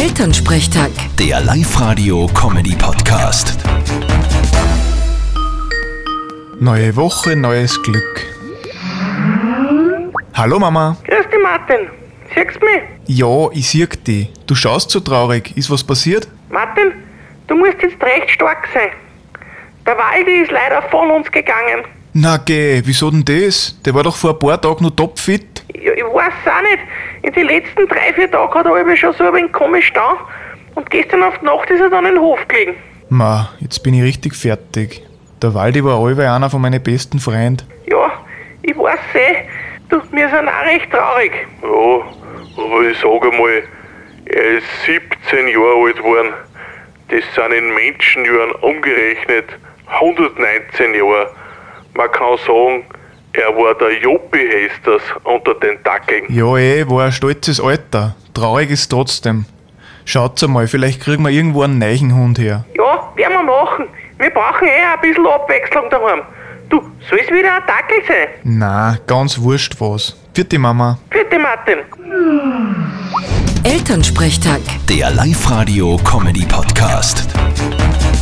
Elternsprechtag. Der Live-Radio-Comedy-Podcast. Neue Woche, neues Glück. Hallo Mama. Grüß dich, Martin. Siehst du mich? Ja, ich sieg dich. Du schaust so traurig. Ist was passiert? Martin, du musst jetzt recht stark sein. Der Waldi ist leider von uns gegangen. Na geh, wieso denn das? Der war doch vor ein paar Tagen noch topfit. Ich, ich weiß auch nicht. In den letzten drei, vier Tagen hat er eben schon so ein wenig komisch da. Und gestern auf die Nacht ist er dann in den Hof gelegen. Ma, jetzt bin ich richtig fertig. Der Waldi war allweil einer von meinen besten Freunden. Ja, ich weiß eh. Du, wir sind auch recht traurig. Ja, aber ich sage mal, er ist 17 Jahre alt geworden. Das sind in Menschenjahren umgerechnet 119 Jahre. Man kann sagen, er war der Joppi Hesters unter den Dackeln. Ja, eh, war ein stolzes Alter. Traurig ist trotzdem. Schaut's einmal, vielleicht kriegen wir irgendwo einen neuen Hund her. Ja, werden wir machen. Wir brauchen eh ein bisschen Abwechslung daheim. Du, soll es wieder ein Dackel sein? Na, ganz wurscht was. Vierte Mama. Bitte, Martin. Elternsprechtag. Der Live-Radio-Comedy-Podcast.